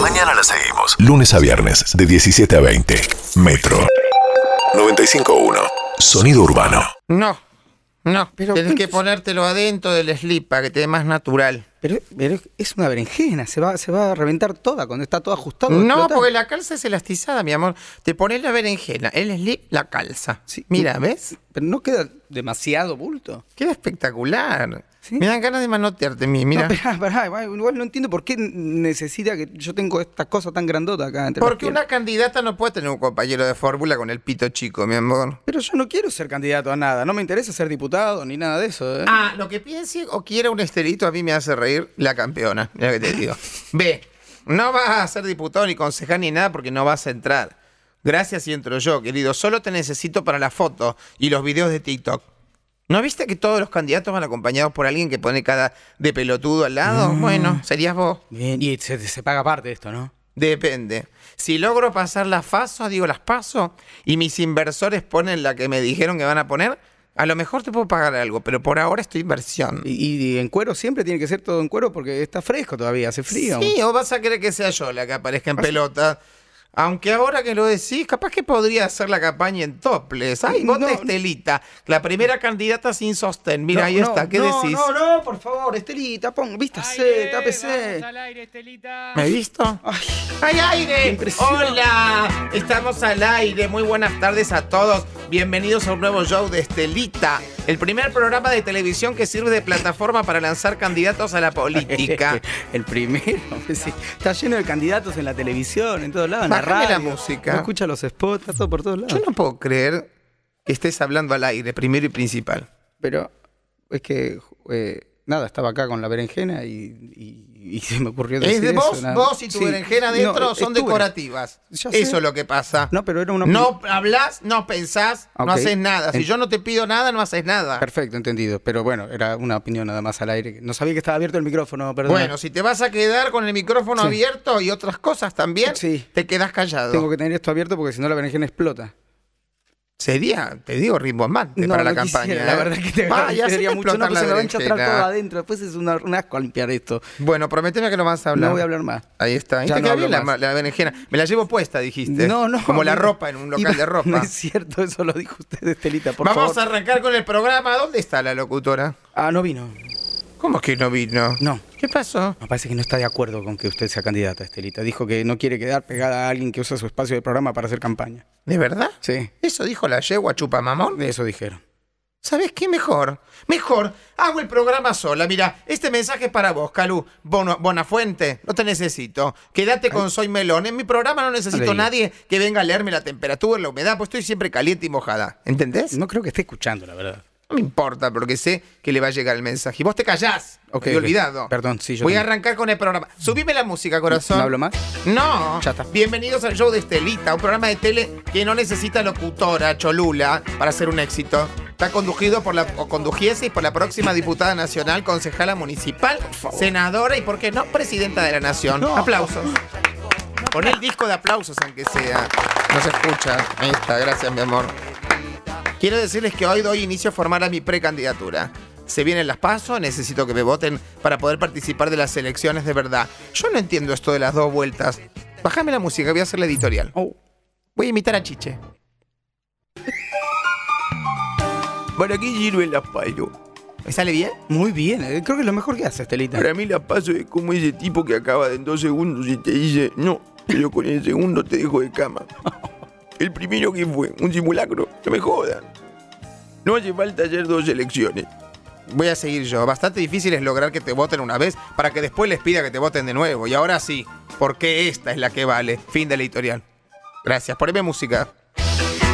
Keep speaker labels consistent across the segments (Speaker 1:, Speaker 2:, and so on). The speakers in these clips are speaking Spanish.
Speaker 1: Mañana la seguimos. Lunes a viernes, de 17 a 20. Metro. 95.1. Sonido urbano.
Speaker 2: No, no.
Speaker 3: Pero
Speaker 2: Tenés
Speaker 3: ¿por
Speaker 2: que
Speaker 3: qué?
Speaker 2: ponértelo adentro del slip para que te dé más natural.
Speaker 3: Pero, pero es una berenjena, se va, se va a reventar toda cuando está todo ajustado.
Speaker 2: No,
Speaker 3: explota.
Speaker 2: porque la calza es elastizada, mi amor. Te pones la berenjena, el slip, la calza.
Speaker 3: Sí.
Speaker 2: Mira, ¿ves?
Speaker 3: Pero no queda demasiado bulto.
Speaker 2: Queda espectacular.
Speaker 3: Sí.
Speaker 2: Me dan ganas de manotearte, mi- mira.
Speaker 3: No, pará, pará, igual igual no entiendo por qué necesita que yo tengo esta cosa tan grandota acá entre las
Speaker 2: Porque
Speaker 3: piernas.
Speaker 2: una candidata no puede tener un compañero de fórmula con el pito chico, mi amor.
Speaker 3: Pero yo no quiero ser candidato a nada, no me interesa ser diputado ni nada de eso. ¿eh?
Speaker 2: Ah, lo que piense o quiera un estelito a mí me hace reír la campeona. Mira lo que te digo. Ve, no vas a ser diputado ni concejal ni nada porque no vas a entrar. Gracias y entro yo, querido. Solo te necesito para la foto y los videos de TikTok. ¿No viste que todos los candidatos van acompañados por alguien que pone cada de pelotudo al lado? Bueno, serías vos.
Speaker 3: Bien, y se, se paga parte de esto, ¿no?
Speaker 2: Depende. Si logro pasar las pasos, digo las paso, y mis inversores ponen la que me dijeron que van a poner, a lo mejor te puedo pagar algo, pero por ahora estoy inversión.
Speaker 3: Y, y en cuero siempre tiene que ser todo en cuero porque está fresco todavía, hace frío.
Speaker 2: Sí, o vas a querer que sea yo la que aparezca en pelota. Aunque ahora que lo decís, capaz que podría hacer la campaña en toples. Ay,
Speaker 3: No,
Speaker 2: vos
Speaker 3: no.
Speaker 2: Estelita, la primera candidata sin sostén. Mira,
Speaker 3: No,
Speaker 2: ahí
Speaker 3: no,
Speaker 2: está, ¿qué
Speaker 3: no,
Speaker 2: decís?
Speaker 3: No, no, por favor, Estelita, pon, vístase, tápese.
Speaker 4: al aire, Estelita.
Speaker 2: ¿Me he visto?
Speaker 3: Ay.
Speaker 2: ¡Hay aire!
Speaker 3: Impresionante.
Speaker 2: ¡Hola! Estamos al aire. Muy buenas tardes a todos. Bienvenidos a un nuevo show de Estelita, el primer programa de televisión que sirve de plataforma para lanzar candidatos a la
Speaker 3: Ah.
Speaker 2: política.
Speaker 3: El primero, pues sí. Está lleno de candidatos en la televisión, en todos lados, en la
Speaker 2: Bájame
Speaker 3: radio.
Speaker 2: la música.
Speaker 3: No escucha los spots, está todo por todos lados.
Speaker 2: Yo no puedo creer que estés hablando al aire, primero y principal.
Speaker 3: Pero es que, eh, nada, estaba acá con la berenjena y, y- y se me ocurrió decir
Speaker 2: Es de
Speaker 3: eso,
Speaker 2: vos,
Speaker 3: nada.
Speaker 2: vos y tu
Speaker 3: Sí.
Speaker 2: berenjena adentro
Speaker 3: No,
Speaker 2: son
Speaker 3: estuve.
Speaker 2: decorativas.
Speaker 3: Ya sé.
Speaker 2: Eso es lo que pasa.
Speaker 3: No, pero era una
Speaker 2: No hablas, no pensás, no
Speaker 3: Ok.
Speaker 2: haces nada. Si
Speaker 3: En-
Speaker 2: yo no te pido nada, no haces nada.
Speaker 3: Perfecto, entendido. Pero bueno, era una opinión nada más al aire. No sabía que estaba abierto el micrófono, perdón.
Speaker 2: Bueno, si te vas a quedar con el micrófono
Speaker 3: Sí.
Speaker 2: abierto y otras cosas también,
Speaker 3: Sí.
Speaker 2: te quedas callado.
Speaker 3: Tengo que tener esto abierto porque si no la berenjena explota.
Speaker 2: Sería, te digo, rimbombante para la
Speaker 3: quisiera,
Speaker 2: campaña.
Speaker 3: la
Speaker 2: ¿eh?
Speaker 3: verdad que te
Speaker 2: Ah, ya sé
Speaker 3: agradecería
Speaker 2: que
Speaker 3: mucho. No,
Speaker 2: explotar
Speaker 3: pues se
Speaker 2: la
Speaker 3: me va a enchastrar
Speaker 2: berenjena.
Speaker 3: todo adentro. Después es una, un asco limpiar esto.
Speaker 2: Bueno, prometeme que no vas a hablar.
Speaker 3: No voy a hablar más.
Speaker 2: Ahí está. Ahí
Speaker 3: Ya
Speaker 2: te
Speaker 3: no
Speaker 2: queda
Speaker 3: hablo
Speaker 2: bien la,
Speaker 3: más.
Speaker 2: la berenjena. Me la llevo puesta, dijiste.
Speaker 3: No, no.
Speaker 2: Como la
Speaker 3: no.
Speaker 2: ropa en un local
Speaker 3: Y-
Speaker 2: de ropa.
Speaker 3: No es cierto, eso lo dijo usted, Estelita, por
Speaker 2: Vamos
Speaker 3: favor.
Speaker 2: a arrancar con el programa. ¿Dónde está la locutora?
Speaker 3: Ah, no vino.
Speaker 2: ¿Cómo que no vino?
Speaker 3: No.
Speaker 2: ¿Qué pasó?
Speaker 3: Me parece que no está de acuerdo con que usted sea candidata, Estelita. Dijo que no quiere quedar pegada a alguien que usa su espacio de programa para hacer campaña.
Speaker 2: ¿De verdad?
Speaker 3: Sí,
Speaker 2: ¿Eso dijo la yegua chupamamón?
Speaker 3: de eso dijeron.
Speaker 2: ¿Sabes qué mejor? Mejor, hago el programa sola. Mira, este mensaje es para vos, Calú. Bono- Bonafuente, no te necesito. Quédate con Soy Melón. En mi programa no necesito
Speaker 3: Leí.
Speaker 2: nadie que venga a leerme la temperatura, la humedad, pues estoy siempre caliente y mojada. ¿Entendés? No,
Speaker 3: No creo que esté escuchando, la verdad.
Speaker 2: me importa, porque sé que le va a llegar el mensaje. Y vos te callás.
Speaker 3: Ok,
Speaker 2: Me he
Speaker 3: ok.
Speaker 2: olvidado.
Speaker 3: Perdón, sí, yo
Speaker 2: Voy a
Speaker 3: también.
Speaker 2: arrancar con el programa. Subime la música, corazón.
Speaker 3: ¿No hablo más?
Speaker 2: No.
Speaker 3: Ya está.
Speaker 2: Bienvenidos al show de Estelita, un programa de tele que no necesita locutora, cholula, para ser un éxito. Está conducido por la, o condujieseis por la próxima diputada nacional, concejala municipal, senadora y, ¿por qué no?, presidenta de la nación.
Speaker 3: No.
Speaker 2: Aplausos. Pon el disco de aplausos, aunque sea. No se escucha. Ahí está, gracias, mi amor. Quiero decirles que hoy doy inicio formal a mi precandidatura. Se vienen las pasos, necesito que me voten para poder participar de las elecciones de verdad. Yo no entiendo esto de las dos vueltas. Bájame la música, voy a hacer la editorial.
Speaker 3: Oh.
Speaker 2: Voy a imitar a Chiche. ¿Para qué sirven las pasos? ¿Me sale bien?
Speaker 3: Muy bien, eh, creo que es lo mejor que hace, Estelita.
Speaker 5: Para mí la paso es como ese tipo que acaba de en dos segundos y te dice, no, pero con el segundo te dejo de cama. El primero que fue, un simulacro, no me jodan. No hace falta hacer dos elecciones.
Speaker 2: Voy a seguir yo. Bastante difícil es lograr que te voten una vez para que después les pida que te voten de nuevo. Y ahora sí, porque esta es la que vale. Fin de la editorial. Gracias. Poneme música.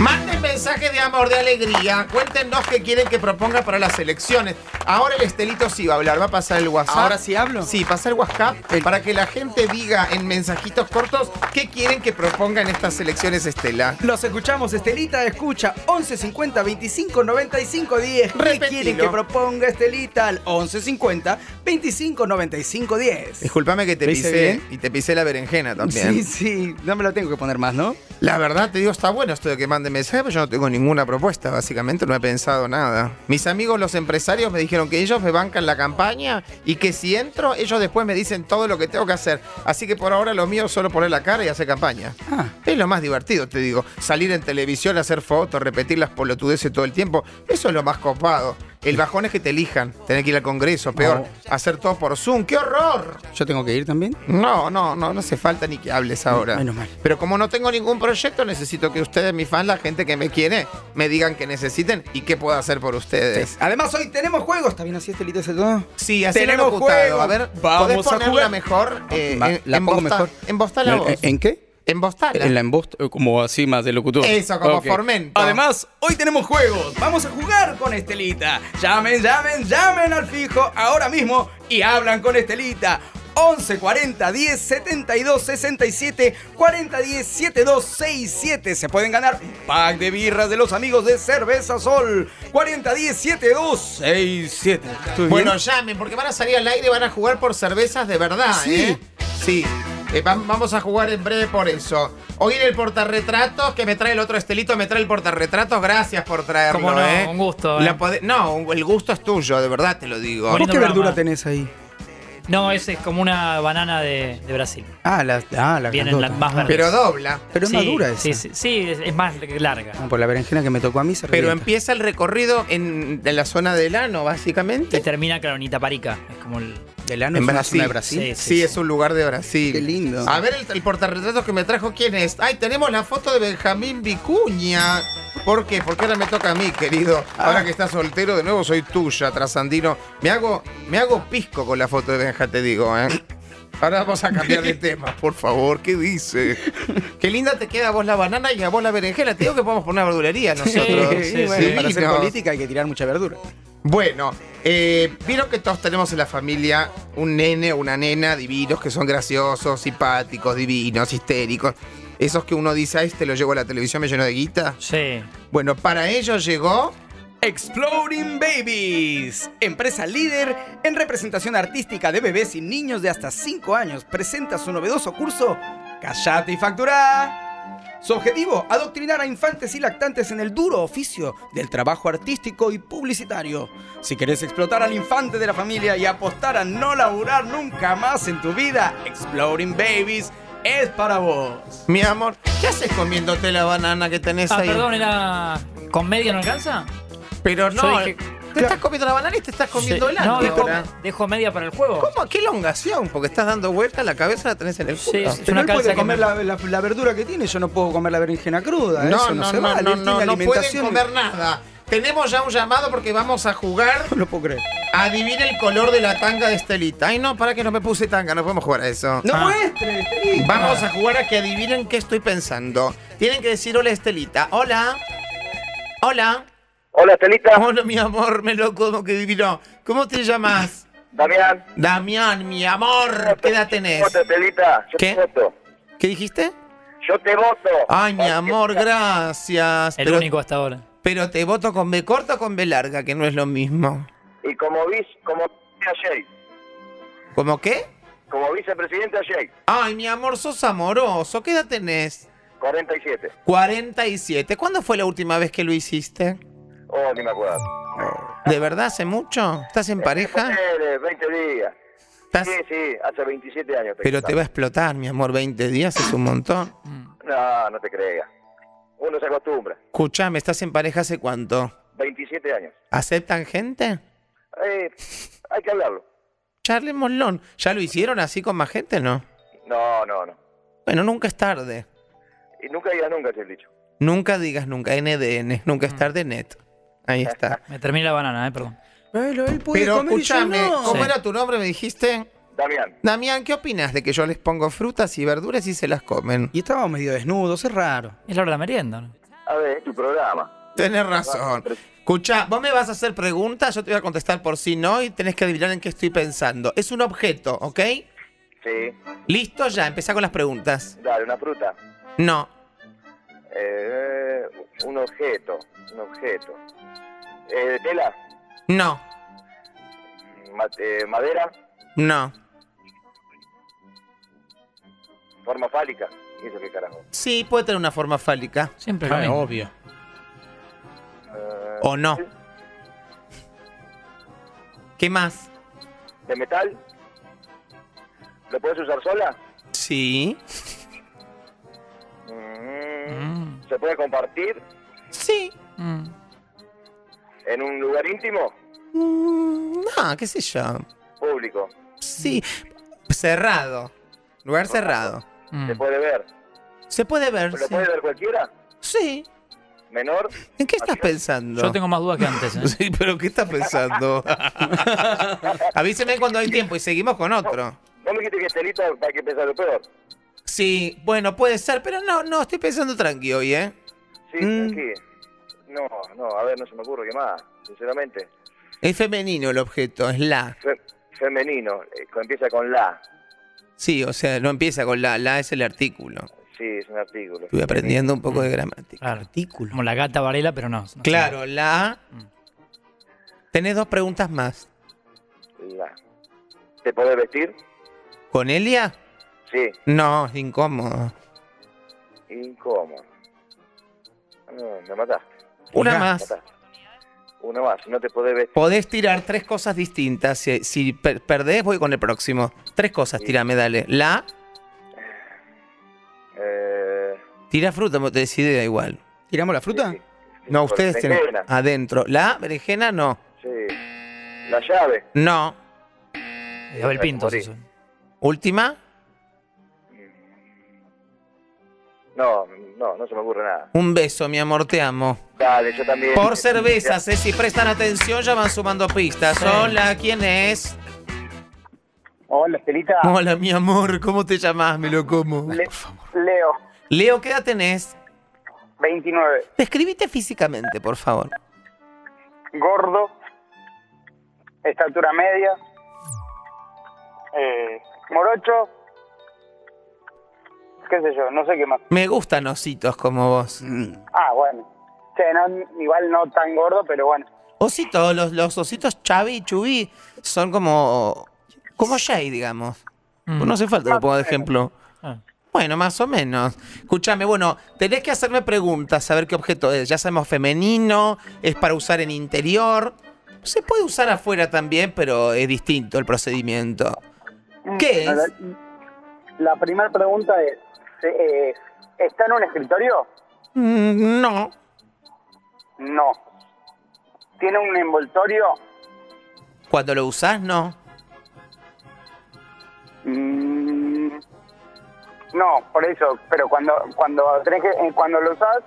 Speaker 2: Manden mensaje de amor, de alegría. Cuéntenos qué quieren que proponga para las elecciones. Ahora el Estelito sí va a hablar, va a pasar el WhatsApp.
Speaker 3: ¿Ahora sí hablo?
Speaker 2: Sí, pasa el WhatsApp
Speaker 3: El-
Speaker 2: para que la gente diga en mensajitos cortos qué quieren que proponga en estas elecciones, Estela.
Speaker 3: Los escuchamos, Estelita, escucha 11 50 25 95 10. ¿Qué
Speaker 2: Repetilo.
Speaker 3: quieren que proponga Estelita al 11 50 25 95 10?
Speaker 2: Disculpame que te
Speaker 3: ¿Lo hice
Speaker 2: pisé
Speaker 3: bien?
Speaker 2: y te pisé la berenjena también.
Speaker 3: Sí, sí, no me lo tengo que poner más, ¿no?
Speaker 2: La verdad, te digo, está bueno esto de que manden de mensajes, pero yo no tengo ninguna propuesta, básicamente, no he pensado nada. Mis amigos, los empresarios, me dijeron que ellos me bancan la campaña y que si entro, ellos después me dicen todo lo que tengo que hacer. Así que por ahora lo mío es solo poner la cara y hacer campaña.
Speaker 3: Ah.
Speaker 2: Es lo más divertido, te digo. Salir en televisión, hacer fotos, repetir las polotudeces todo el tiempo, eso es lo más copado. El bajón es que te elijan, tener que ir al Congreso, peor, hacer todo por Zoom, ¡qué horror!
Speaker 3: ¿Yo tengo que ir también?
Speaker 2: No, no, no, no hace falta ni que hables ahora.
Speaker 3: menos mal.
Speaker 2: Pero como no tengo ningún proyecto, necesito que ustedes, mis fans, la gente que me quiere, me digan que necesiten y qué puedo hacer por ustedes.
Speaker 3: Además, hoy tenemos juegos. ¿Está bien así, Estelita? ¿Ese todo?
Speaker 2: Sí, así
Speaker 3: Tenemos
Speaker 2: lo hemos gustado.
Speaker 3: juego.
Speaker 2: A ver,
Speaker 4: Vamos
Speaker 2: ¿podés
Speaker 4: a
Speaker 2: ponerla
Speaker 4: jugar.
Speaker 2: mejor? Eh,
Speaker 3: Ah, Va,
Speaker 2: en,
Speaker 3: la
Speaker 2: en
Speaker 3: pongo
Speaker 2: bosta-
Speaker 3: mejor.
Speaker 2: En Bostala
Speaker 3: ¿En-
Speaker 2: vos.
Speaker 3: en- en qué?
Speaker 2: En Bostala.
Speaker 3: En la embosta,
Speaker 4: eh, Como así más de locutor.
Speaker 2: Eso, como
Speaker 4: Ok.
Speaker 2: Formento.
Speaker 4: Además, hoy tenemos juegos. Vamos a jugar con Estelita. Llamen, llamen, llamen al fijo ahora mismo y hablan con Estelita. 11 40 10 72 67 40 10 72 67 Se pueden ganar un pack de birras de los amigos de Cerveza Sol 40 10 72 67 ¿Estoy
Speaker 2: Bueno,
Speaker 4: bien?
Speaker 2: llamen, porque van a salir al aire y van a jugar por cervezas de verdad,
Speaker 4: Sí.
Speaker 2: ¿eh? Sí. Eh, va- vamos a jugar en breve por eso. Hoy en el portarretratos, que me trae el otro Estelito, me trae el portarretratos. Gracias por traerlo,
Speaker 6: Cómo no,
Speaker 2: ¿eh?
Speaker 6: un gusto, ¿eh?
Speaker 2: La pode- no, un- el gusto es tuyo, de verdad te lo digo.
Speaker 6: Bonito
Speaker 3: ¿Vos qué verdura
Speaker 6: programa.
Speaker 3: tenés ahí?
Speaker 6: No, ese es como una banana de, de Brasil.
Speaker 3: Ah, la, ah, la
Speaker 6: Vienen la-
Speaker 3: grandota.
Speaker 6: más verdes.
Speaker 2: Pero dobla.
Speaker 3: Pero es
Speaker 6: Sí,
Speaker 3: madura esa.
Speaker 6: Sí, sí, sí, es, es más larga.
Speaker 4: Ah,
Speaker 3: No, por la berenjena que me tocó a mí se
Speaker 2: Pero
Speaker 3: revienta.
Speaker 2: empieza el recorrido en, de la zona del ano,
Speaker 6: Y
Speaker 2: básicamente.
Speaker 6: termina Caronita Parica. Es como el.
Speaker 3: ¿Del ano
Speaker 2: en
Speaker 3: es una
Speaker 2: Brasil.
Speaker 3: zona de Brasil?
Speaker 6: Sí,
Speaker 2: Sí,
Speaker 6: sí.
Speaker 2: es un lugar de Brasil.
Speaker 3: Qué lindo.
Speaker 2: A ver el, el portarretratos que me trajo, ¿quién es? Ay, tenemos la foto de Benjamín Vicuña. ¿Por qué? Porque ahora me toca a mí, querido. Ahora que estás soltero, de nuevo soy tuya, trasandino. Me hago, me hago pisco con la foto de Benja, te digo, ¿eh? Ahora vamos a cambiar de tema, por favor. ¿Qué dice? Qué linda te queda a vos la banana y a vos la berenjena. Te digo que podemos poner una verdulería nosotros.
Speaker 6: Sí,
Speaker 3: bueno,
Speaker 6: sí, sí.
Speaker 3: Para hacer
Speaker 2: Divinos.
Speaker 3: política hay que tirar mucha verdura.
Speaker 2: Bueno, eh, vieron que todos tenemos en la familia un nene o una nena divinos que son graciosos, simpáticos, divinos, histéricos. Esos que uno dice, a este lo llevo a la televisión, me lleno de guita.
Speaker 6: Sí.
Speaker 2: Bueno, para ellos llegó
Speaker 4: Exploding Babies, empresa líder en representación artística de bebés y niños de hasta 5 años, presenta su novedoso curso Callate y Facturá. Su objetivo, adoctrinar a infantes y lactantes en el duro oficio del trabajo artístico y publicitario. Si querés explotar al infante de la familia y apostar a no laburar nunca más en tu vida, Exploding Babies es para vos.
Speaker 2: mi amor. ¿Qué haces comiéndote la banana que tenés
Speaker 6: Ah,
Speaker 2: ahí?
Speaker 6: perdón, era. ¿Con media no alcanza?
Speaker 2: Pero
Speaker 6: Yo
Speaker 2: no,
Speaker 6: dije-
Speaker 2: te estás comiendo la banana y te estás comiendo
Speaker 6: Sí.
Speaker 2: el ano.
Speaker 6: No, dejo,
Speaker 2: ahora.
Speaker 6: dejo media para el juego.
Speaker 2: ¿Cómo? ¿Qué elongación? Porque estás dando vuelta, la cabeza la tenés en el
Speaker 6: Sí,
Speaker 2: culo.
Speaker 6: sí.
Speaker 3: Pero
Speaker 6: una
Speaker 3: él puede
Speaker 6: calza que
Speaker 3: comer
Speaker 6: me-
Speaker 3: la, la- la verdura que tiene, yo no puedo comer la berenjena cruda.
Speaker 2: No,
Speaker 3: eso
Speaker 2: no,
Speaker 3: no, se
Speaker 2: no,
Speaker 3: vale,
Speaker 2: no,
Speaker 3: él tiene
Speaker 2: no, no pueden
Speaker 3: alimentación-
Speaker 2: comer nada. Tenemos ya un llamado porque vamos a jugar
Speaker 3: No lo puedo creer.
Speaker 2: Adivina el color de la tanga de Estelita. Ay, no, para que no me puse tanga, no podemos jugar a eso.
Speaker 4: No
Speaker 6: Ah.
Speaker 4: muestres, Felipe.
Speaker 2: Vamos a jugar a que adivinen qué estoy pensando. Tienen que decir hola Estelita. Hola. Hola.
Speaker 7: Hola, Estelita.
Speaker 2: Hola, mi amor, me lo como que adivinó. ¿Cómo te llamas?
Speaker 7: Damián.
Speaker 2: Damián, mi amor. ¿Qué edad tenés?
Speaker 7: Voto, Estelita. Yo
Speaker 2: ¿Qué? Ah.
Speaker 7: te voto.
Speaker 2: ¿Qué dijiste?
Speaker 7: Yo te voto.
Speaker 2: Ay, mi amor, gracias.
Speaker 6: El
Speaker 2: pero,
Speaker 6: único hasta ahora.
Speaker 2: pero te voto con B corta o con B larga, que no es lo mismo.
Speaker 7: Y como vice, como ayer,
Speaker 2: ¿Cómo qué?
Speaker 7: como vicepresidente ayer,
Speaker 2: Ay, mi amor, sos amoroso. ¿Qué edad tenés?
Speaker 7: 47.
Speaker 2: 47. ¿Cuándo fue la última vez que lo hiciste?
Speaker 7: Oh, ni me acuerdo.
Speaker 2: ¿De verdad hace mucho? ¿Estás en pareja?
Speaker 7: Ponele, 20 días.
Speaker 2: ¿Estás-
Speaker 7: Sí, sí, hace 27 años.
Speaker 2: Pero te va a explotar, mi amor. 20 días es un montón.
Speaker 7: No, no te creas. Uno se acostumbra.
Speaker 2: Escuchame, ¿estás en pareja hace cuánto?
Speaker 7: 27 años.
Speaker 2: ¿Aceptan gente?
Speaker 7: Eh, hay que hablarlo.
Speaker 2: Charlemoslo. ¿Ya lo hicieron así con más gente, no?
Speaker 7: No, no, no.
Speaker 2: Bueno, nunca es tarde.
Speaker 7: Y nunca digas nunca, te he dicho.
Speaker 2: Nunca digas nunca NDN. Nunca es tarde net. Ahí está.
Speaker 6: Me terminé la banana, eh, perdón.
Speaker 3: Bueno, él puede
Speaker 2: Pero
Speaker 3: comer y yo
Speaker 2: escúchame,
Speaker 3: no.
Speaker 2: ¿cómo
Speaker 6: Sí.
Speaker 2: era tu nombre? Me dijiste.
Speaker 7: Damián,
Speaker 2: Damián, ¿qué opinas de que yo les pongo frutas y verduras y se las comen?
Speaker 3: Y estábamos medio desnudos, es raro.
Speaker 6: Es la hora de la merienda. ¿no?
Speaker 7: a ver, es tu programa.
Speaker 2: Tenés razón. Escucha, vos me vas a hacer preguntas, yo te voy a contestar por sí no y tenés que adivinar en qué estoy pensando. Es un objeto, ¿ok?
Speaker 7: Sí,
Speaker 2: Listo, ya, empezá con las preguntas.
Speaker 7: dale, una fruta.
Speaker 2: No,
Speaker 7: Eh, un objeto, un objeto. Eh, de tela,
Speaker 2: no,
Speaker 7: ma- eh, madera,
Speaker 2: no,
Speaker 7: forma fálica. ¿Y eso qué carajo?
Speaker 3: Sí, puede tener una forma fálica.
Speaker 6: Siempre lo
Speaker 2: Ah,
Speaker 6: mismo.
Speaker 2: obvio.
Speaker 7: Eh,
Speaker 3: ¿O no? ¿Qué más?
Speaker 7: ¿De metal? ¿Lo puedes usar sola?
Speaker 3: Sí.
Speaker 7: Mm,
Speaker 6: Mm,
Speaker 7: ¿Se puede compartir
Speaker 3: Sí.
Speaker 6: mm.
Speaker 7: en un lugar íntimo?
Speaker 3: Mm, no, qué sé yo.
Speaker 7: Público.
Speaker 3: Sí. Cerrado. Lugar cerrado.
Speaker 6: Mm.
Speaker 7: ¿Se puede ver?
Speaker 3: Se puede ver.
Speaker 7: ¿Lo
Speaker 3: Sí.
Speaker 7: puede ver cualquiera?
Speaker 3: Sí.
Speaker 7: ¿Menor?
Speaker 3: ¿En qué estás pensando?
Speaker 6: Yo tengo más dudas que antes. ¿eh?
Speaker 3: Sí, pero ¿qué estás pensando? Avíseme cuando hay tiempo y seguimos con otro.
Speaker 7: ¿No me dijiste que Estelita para que pensar lo peor?
Speaker 3: Sí, bueno, puede ser, pero no, no, estoy pensando tranqui hoy, ¿eh?
Speaker 7: Sí,
Speaker 3: Mm.
Speaker 7: aquí. No, no, a ver, no se me ocurre qué más, sinceramente.
Speaker 3: Es femenino el objeto, es la.
Speaker 7: Fe- femenino, eh, co- empieza con la.
Speaker 3: Sí, o sea, no empieza con la, la es el artículo.
Speaker 7: Sí, es un artículo.
Speaker 3: Estuve aprendiendo un poco de gramática.
Speaker 6: Claro.
Speaker 2: Artículo.
Speaker 6: Como la gata Varela, pero no. no
Speaker 3: Claro, la. Tenés dos preguntas más.
Speaker 7: La. ¿Te podés vestir?
Speaker 3: ¿Con Elia?
Speaker 7: Sí.
Speaker 3: No, es incómodo.
Speaker 7: Incómodo. No, me mataste.
Speaker 3: Una
Speaker 7: Me
Speaker 3: más.
Speaker 7: mataste. Una más. No te podés vestir.
Speaker 3: Podés tirar tres cosas distintas. Si, si per- perdés, voy con el próximo. Tres cosas, tirame, dale. La,
Speaker 7: Eh,
Speaker 3: tira fruta, te decidí, da igual.
Speaker 2: ¿Tiramos la fruta?
Speaker 7: sí, sí,
Speaker 3: No,
Speaker 7: por-
Speaker 3: ustedes tienen Ah.
Speaker 7: berenjena.
Speaker 3: adentro. La berenjena, no.
Speaker 7: Sí. La llave.
Speaker 3: No.
Speaker 6: sé. Eh, Abel Pintos.
Speaker 7: Morí.
Speaker 6: eso.
Speaker 3: Última.
Speaker 7: No, no, no se me ocurre nada.
Speaker 3: Un beso, mi amor, te amo.
Speaker 7: Dale, yo también.
Speaker 3: Por cervezas, eh, si prestan atención, ya van sumando pistas.
Speaker 6: Sí.
Speaker 3: Hola, ¿quién es?
Speaker 7: Hola, Estelita.
Speaker 3: Hola, mi amor, ¿cómo te llamas? Me lo como.
Speaker 7: Leo,
Speaker 3: Leo, ¿qué edad tenés?
Speaker 7: 29.
Speaker 3: Describite físicamente, por favor.
Speaker 8: gordo, estatura media, eh, morocho, qué sé yo, no sé qué más.
Speaker 3: Me gustan ositos como vos.
Speaker 8: Ah, bueno. Sí, no, igual no tan gordo, pero bueno.
Speaker 3: Ositos, los, los ositos Chavi y Chubi son como. como Jay, digamos.
Speaker 6: Mm.
Speaker 3: No hace falta que ponga de ejemplo.
Speaker 6: Ah.
Speaker 3: Bueno, más o menos. Escúchame, bueno, tenés que hacerme preguntas, saber qué objeto es. Ya sabemos femenino, es para usar en interior. Se puede usar afuera también, pero es distinto el procedimiento. ¿Qué
Speaker 8: La,
Speaker 3: es?
Speaker 8: la primera pregunta es, ¿se- eh, ¿está en un escritorio?
Speaker 3: Mm, No.
Speaker 8: No. ¿Tiene un envoltorio?
Speaker 3: Cuando lo usás, no.
Speaker 8: Mm, no, por eso, pero cuando cuando tenés que, eh, cuando lo usás,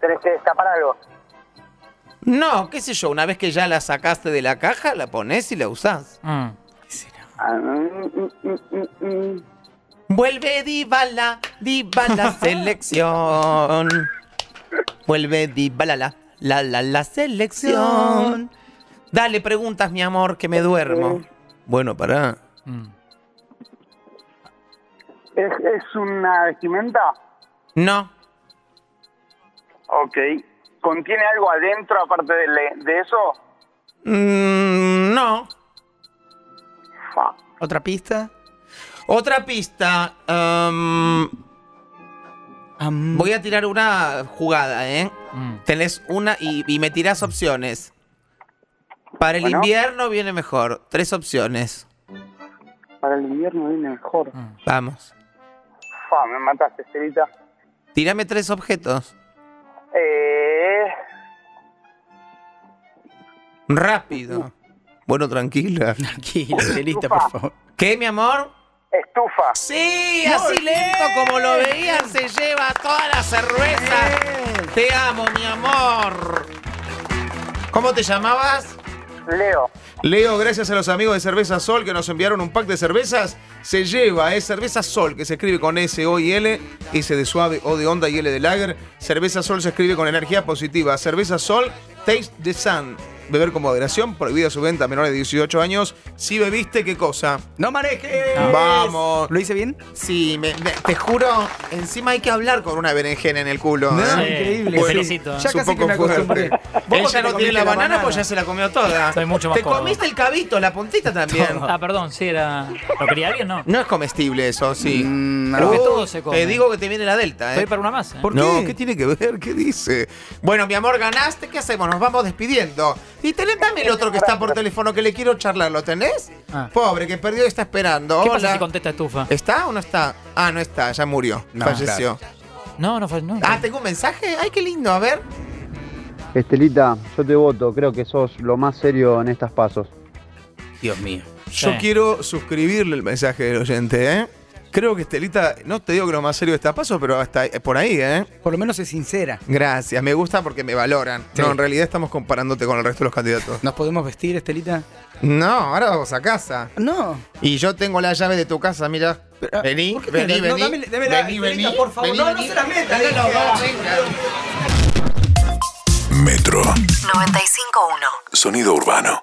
Speaker 8: tenés que destapar algo.
Speaker 3: No, qué sé yo, una vez que ya la sacaste de la caja, la pones y la usás.
Speaker 6: Mm.
Speaker 8: Ah, mm, mm, mm, mm, mm.
Speaker 3: Vuelve Dybala, Dybala selección. Vuelve Dybala, la, la, la, la selección. Dale preguntas, mi amor, que me duermo. Bueno, pará.
Speaker 6: Mm.
Speaker 8: ¿Es, es una vestimenta?
Speaker 3: No,
Speaker 8: Ok. ¿Contiene algo adentro aparte de, le- de eso?
Speaker 3: Mm, no.
Speaker 8: Fa.
Speaker 2: ¿Otra pista?
Speaker 3: Otra pista. em,
Speaker 2: Am-
Speaker 3: voy a tirar una jugada, ¿eh?
Speaker 6: Mm.
Speaker 3: Tenés una y, y me tirás opciones. Para el
Speaker 8: Bueno.
Speaker 3: invierno viene mejor. Tres opciones.
Speaker 8: Para el invierno viene mejor.
Speaker 3: Vamos.
Speaker 8: Fa, me mataste, Estelita.
Speaker 3: Tírame tres objetos.
Speaker 8: Eh,
Speaker 3: Rápido. Bueno, tranquila.
Speaker 2: Tranquila, Celita, por favor.
Speaker 3: ¿Qué, mi amor?
Speaker 8: estufa.
Speaker 3: Sí, así lento como lo veían, se lleva toda la cerveza. Te amo, mi amor. ¿Cómo te llamabas?
Speaker 8: Leo.
Speaker 3: Leo, gracias a los amigos de Cerveza Sol que nos enviaron un pack de cervezas, se lleva, es Cerveza Sol, que se escribe con S, O y L, S de suave, O de onda y L de lager. Cerveza Sol se escribe con energía positiva. Cerveza Sol, Taste the Sun.
Speaker 2: Beber con moderación, prohibida su venta a menores de 18 años. Si bebiste, ¿qué cosa?
Speaker 4: ¡No manejes!
Speaker 2: Vamos.
Speaker 4: ¿Lo hice bien?
Speaker 2: Sí, me- me- te juro, encima hay que hablar con una berenjena en el culo.
Speaker 4: No,
Speaker 2: ¿eh?
Speaker 4: increíble.
Speaker 6: Te
Speaker 4: Sí. Ya
Speaker 6: felicito.
Speaker 2: Es un
Speaker 4: casi que
Speaker 2: poco
Speaker 4: me acostumbré.
Speaker 2: fuerte.
Speaker 4: Vos porque te
Speaker 2: Ella no tiene
Speaker 4: comiste
Speaker 2: la banana, pues ya se la comió toda.
Speaker 6: Soy mucho más
Speaker 2: Te
Speaker 6: cómodo.
Speaker 2: comiste el cabito, la puntita también.
Speaker 6: Ah, perdón, sí, era. ¿Lo quería bien? No.
Speaker 2: No es comestible eso, sí.
Speaker 4: Mm,
Speaker 6: Creo que
Speaker 2: Uy,
Speaker 6: todo se come.
Speaker 2: Te digo que te viene la delta, ¿eh?
Speaker 6: Estoy para una más. ¿eh?
Speaker 4: ¿Por qué?
Speaker 2: No, ¿qué tiene que ver? ¿Qué dice? Bueno, mi amor, ganaste. ¿Qué hacemos? Nos vamos despidiendo. Y tenés también el otro que está por teléfono que le quiero charlar. ¿Lo tenés?
Speaker 6: Ah.
Speaker 2: Pobre, que perdió y está esperando.
Speaker 6: ¿Qué
Speaker 2: Hola.
Speaker 6: pasa si contesta estufa?
Speaker 2: ¿Está o no está? Ah, no está. Ya murió.
Speaker 4: No,
Speaker 2: Falleció.
Speaker 6: No, no fue. No,
Speaker 2: Ah, ¿tengo un mensaje? Ay, qué lindo. A ver.
Speaker 9: Estelita, yo te voto, creo que sos lo más serio en estas pasos.
Speaker 4: Dios mío.
Speaker 2: Yo
Speaker 6: Sí.
Speaker 2: quiero suscribirle el mensaje del oyente, ¿eh? Creo que Estelita, no te digo que lo más serio está paso, pero hasta eh, por ahí, ¿eh?
Speaker 4: Por lo menos es sincera.
Speaker 2: Gracias, me gusta porque me valoran.
Speaker 4: Sí.
Speaker 2: No, en realidad estamos comparándote con el resto de los candidatos.
Speaker 4: ¿Nos podemos vestir, Estelita?
Speaker 2: No, ahora vamos a casa.
Speaker 4: No.
Speaker 2: Y yo tengo la llave de tu casa, mira.
Speaker 4: Pero,
Speaker 2: Vení,
Speaker 4: ¿por qué me
Speaker 2: vení,
Speaker 4: la- no,
Speaker 2: vení.
Speaker 4: dame- dame la
Speaker 2: vení,
Speaker 4: estelita,
Speaker 2: vení,
Speaker 4: por favor.
Speaker 2: vení,
Speaker 4: No, no
Speaker 2: vení.
Speaker 4: se la meta,
Speaker 2: Dale,
Speaker 4: dije.
Speaker 2: no, venga.
Speaker 1: Metro.
Speaker 10: 95.1.
Speaker 1: Sonido urbano.